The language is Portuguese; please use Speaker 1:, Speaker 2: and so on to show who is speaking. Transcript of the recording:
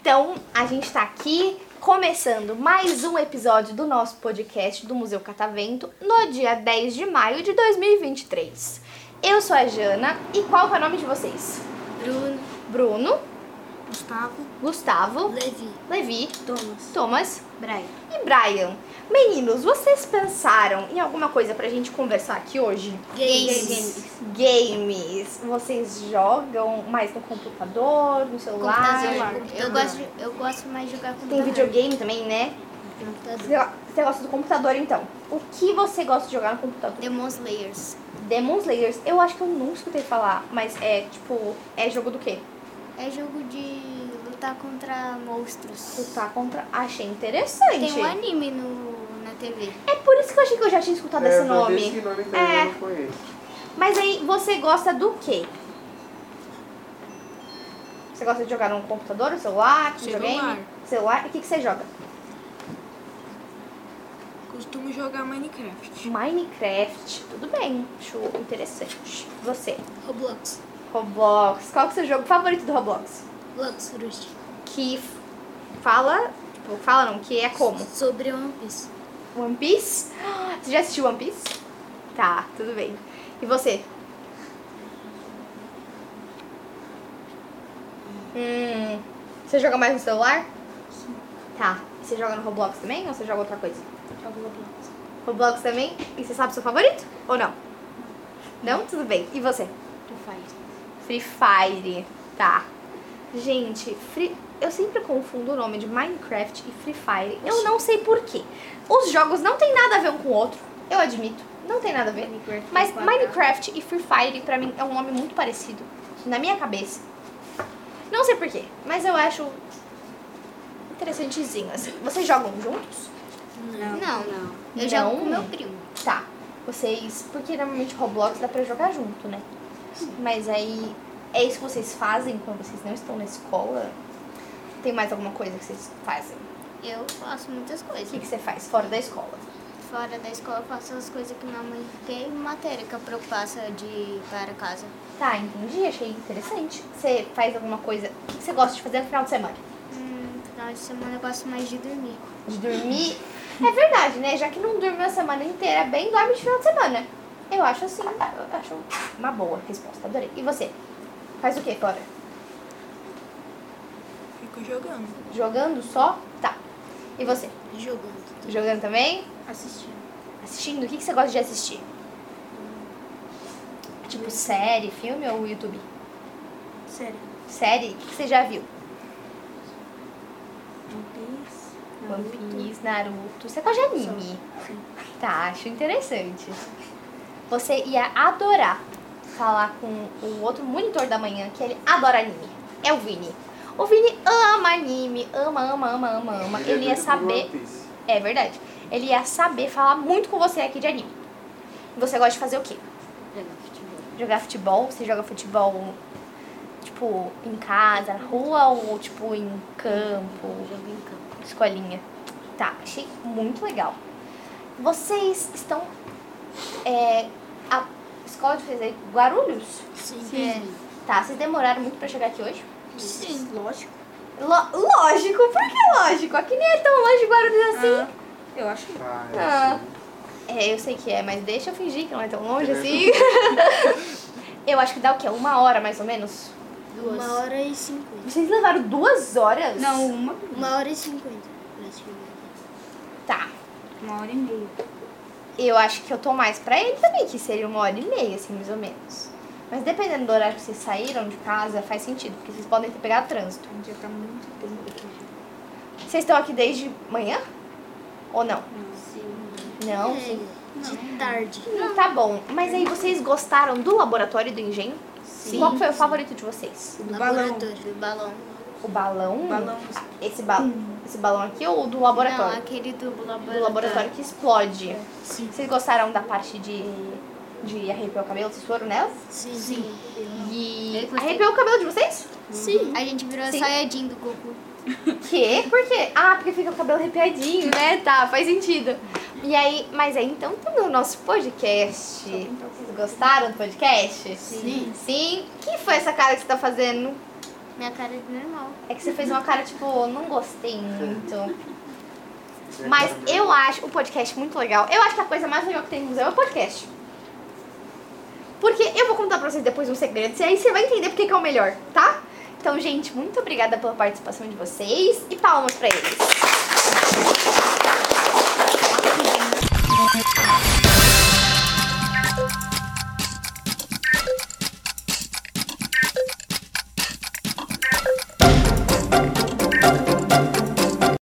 Speaker 1: Então, a gente está aqui começando mais um episódio do nosso podcast do Museu Catavento no dia 10 de maio de 2023. Eu sou a Jana e qual que é o nome de vocês?
Speaker 2: Bruno,
Speaker 1: Bruno,
Speaker 2: Gustavo,
Speaker 1: Gustavo,
Speaker 2: Levi,
Speaker 1: Levi,
Speaker 2: Thomas,
Speaker 1: Thomas
Speaker 2: Brian.
Speaker 1: e Brian. Meninos, vocês pensaram em alguma coisa pra gente conversar aqui hoje?
Speaker 2: Games.
Speaker 1: Games. Vocês jogam mais no computador, no celular?
Speaker 2: Computador. Eu gosto, de- eu gosto mais de jogar computador.
Speaker 1: Tem videogame também, né?
Speaker 2: Computador.
Speaker 1: Você você gosta do computador, então. O que você gosta de jogar no computador?
Speaker 2: Demon Slayers.
Speaker 1: Demon Slayers, eu acho que eu nunca escutei falar, mas é tipo, é jogo do quê?
Speaker 2: É jogo de lutar contra monstros.
Speaker 1: Lutar contra. Achei interessante.
Speaker 2: Tem um anime no, na TV.
Speaker 1: É por isso que eu achei que eu já tinha escutado
Speaker 3: É,
Speaker 1: esse
Speaker 3: eu já vi
Speaker 1: nome.
Speaker 3: Esse nome também,
Speaker 1: é,
Speaker 3: eu não conheço.
Speaker 1: mas aí você gosta do quê? Você gosta de jogar no computador, no celular, no
Speaker 4: Celular.
Speaker 1: videogame? Celular? E o que, que você joga?
Speaker 4: Costumo jogar Minecraft.
Speaker 1: Minecraft. Tudo bem, acho interessante. Você?
Speaker 2: Roblox.
Speaker 1: Roblox. Qual que é o seu jogo favorito do Roblox?
Speaker 2: Roblox Rust.
Speaker 1: que f- fala. Tipo, fala não, que é como?
Speaker 2: Sobre One Piece.
Speaker 1: One Piece? Você já assistiu One Piece? Tá, tudo bem. E você? Hum. Você joga mais no celular? Tá. E você joga no Roblox também ou você joga outra coisa?
Speaker 2: Jogo Roblox.
Speaker 1: Roblox também? E você sabe o seu favorito? Ou não? Não? Tudo bem. E você?
Speaker 2: Tu faz.
Speaker 1: Free Fire, tá. Gente, Free... eu sempre confundo o nome de Minecraft e Free Fire. Eu não sei porquê. Os jogos não tem nada a ver um com o outro, eu admito. Não tem nada a ver.
Speaker 2: Minecraft é
Speaker 1: Mas
Speaker 2: quadrado.
Speaker 1: Minecraft e Free Fire, pra mim, é um nome muito parecido. Na minha cabeça. Não sei porquê, mas eu acho interessantezinho, assim. Vocês jogam juntos?
Speaker 2: Não. Não. é um? Eu
Speaker 1: Não?
Speaker 2: jogo com meu primo.
Speaker 1: Tá. Vocês. Porque normalmente Roblox dá pra jogar junto, né? Mas aí. É isso que vocês fazem quando vocês não estão na escola? Tem mais alguma coisa que vocês fazem?
Speaker 2: Eu faço muitas
Speaker 1: O que,
Speaker 2: coisas.
Speaker 1: que você faz fora da escola?
Speaker 2: Fora da escola eu faço as coisas que minha mãe tem matéria que eu passo de para casa.
Speaker 1: Tá, entendi, achei interessante. Você faz alguma coisa. O que, que você gosta de fazer no final de semana?
Speaker 2: Hum, final de semana eu gosto mais de dormir.
Speaker 1: De dormir? É verdade, né? Já que não dormiu a semana inteira bem, dorme de final de semana. Eu acho assim, eu acho uma boa resposta, adorei. E você? Faz o que fora?
Speaker 4: Fico jogando.
Speaker 1: Jogando só? Tá. E você?
Speaker 2: Jogando.
Speaker 1: Jogando também?
Speaker 2: Assistindo.
Speaker 1: Assistindo? O que, que você gosta de assistir? Tipo série, filme ou YouTube?
Speaker 4: Sério.
Speaker 1: Série? O que, que você já viu? One
Speaker 4: One
Speaker 1: Piece, Naruto. Você gosta de anime? Tá, acho interessante. Você ia adorar falar com o outro monitor da manhã que ele adora anime. É o Vini. O Vini ama anime, ama, ama, ama, ama, ama. Ele ia
Speaker 3: doido por É One
Speaker 1: saber.
Speaker 3: Piece.
Speaker 1: É verdade. Ele ia saber falar muito com você aqui de anime. Você gosta de fazer o quê? Jogar futebol? Você joga futebol, tipo, em casa, na rua ou, tipo, em campo? Jogo em campo. Escolinha. Tá, achei muito legal. Vocês estão... É, a escola de fazer Guarulhos?
Speaker 2: Sim.
Speaker 1: Tá, vocês demoraram muito pra chegar aqui hoje?
Speaker 2: Sim. Lógico.
Speaker 1: Lo- lógico, por que lógico? Aqui nem é tão longe de Guarulhos assim.
Speaker 4: Eu acho que
Speaker 3: Ah, é
Speaker 1: Ah.
Speaker 3: assim.
Speaker 1: É, eu sei que é, mas deixa eu fingir que não é tão longe
Speaker 3: É.
Speaker 1: assim. eu acho que dá o quê? Uma hora mais ou menos?
Speaker 2: Uma hora e cinquenta.
Speaker 1: Vocês levaram duas horas?
Speaker 4: Não, uma,
Speaker 2: Uma hora e cinquenta. praticamente.
Speaker 1: Tá.
Speaker 4: uma hora e meia.
Speaker 1: Eu acho que eu tô mais pra ele também, que seria uma hora e meia, assim, mais ou menos. Mas dependendo do horário que vocês saíram de casa, faz sentido, porque vocês podem ter pegado trânsito.
Speaker 4: A gente já tá muito tempo aqui.
Speaker 1: Vocês estão aqui desde manhã? Ou não? Não?
Speaker 2: É,
Speaker 1: Sim.
Speaker 2: De tarde.
Speaker 1: Não, tá bom. Mas aí vocês gostaram do laboratório e do engenho?
Speaker 2: Sim.
Speaker 1: Qual foi o favorito de vocês?
Speaker 4: O balão.
Speaker 2: Laboratório. Balão.
Speaker 1: O balão?
Speaker 4: Balão.
Speaker 1: Esse, ba esse balão aqui ou o do laboratório?
Speaker 2: Não, aquele do laboratório.
Speaker 1: do laboratório que explode.
Speaker 4: Sim.
Speaker 1: Vocês gostaram da parte de, de arrepiar o cabelo? Vocês foram nela?
Speaker 2: Sim. Sim.
Speaker 1: E
Speaker 2: Eu gostei.
Speaker 1: arrepiou o cabelo de vocês?
Speaker 2: A gente virou
Speaker 1: Sim.
Speaker 2: Sim. Saiyajin do Goku.
Speaker 1: Quê? Por quê? Ah, porque fica o cabelo arrepiadinho, né? Tá, faz sentido. E aí, mas aí então temos o nosso podcast. Vocês gostaram do podcast? Sim. Sim? que foi essa cara que você tá fazendo?
Speaker 2: Minha cara é de normal.
Speaker 1: É que você fez uma cara tipo, não gostei muito. Mas
Speaker 3: é
Speaker 1: eu acho o podcast muito legal. Eu acho que a coisa mais legal que tem no museu é o podcast. Porque eu vou contar pra vocês depois uns segredos e aí você vai entender porque que é o melhor, tá? Então, gente, muito obrigada pela participação de vocês e palmas pra eles.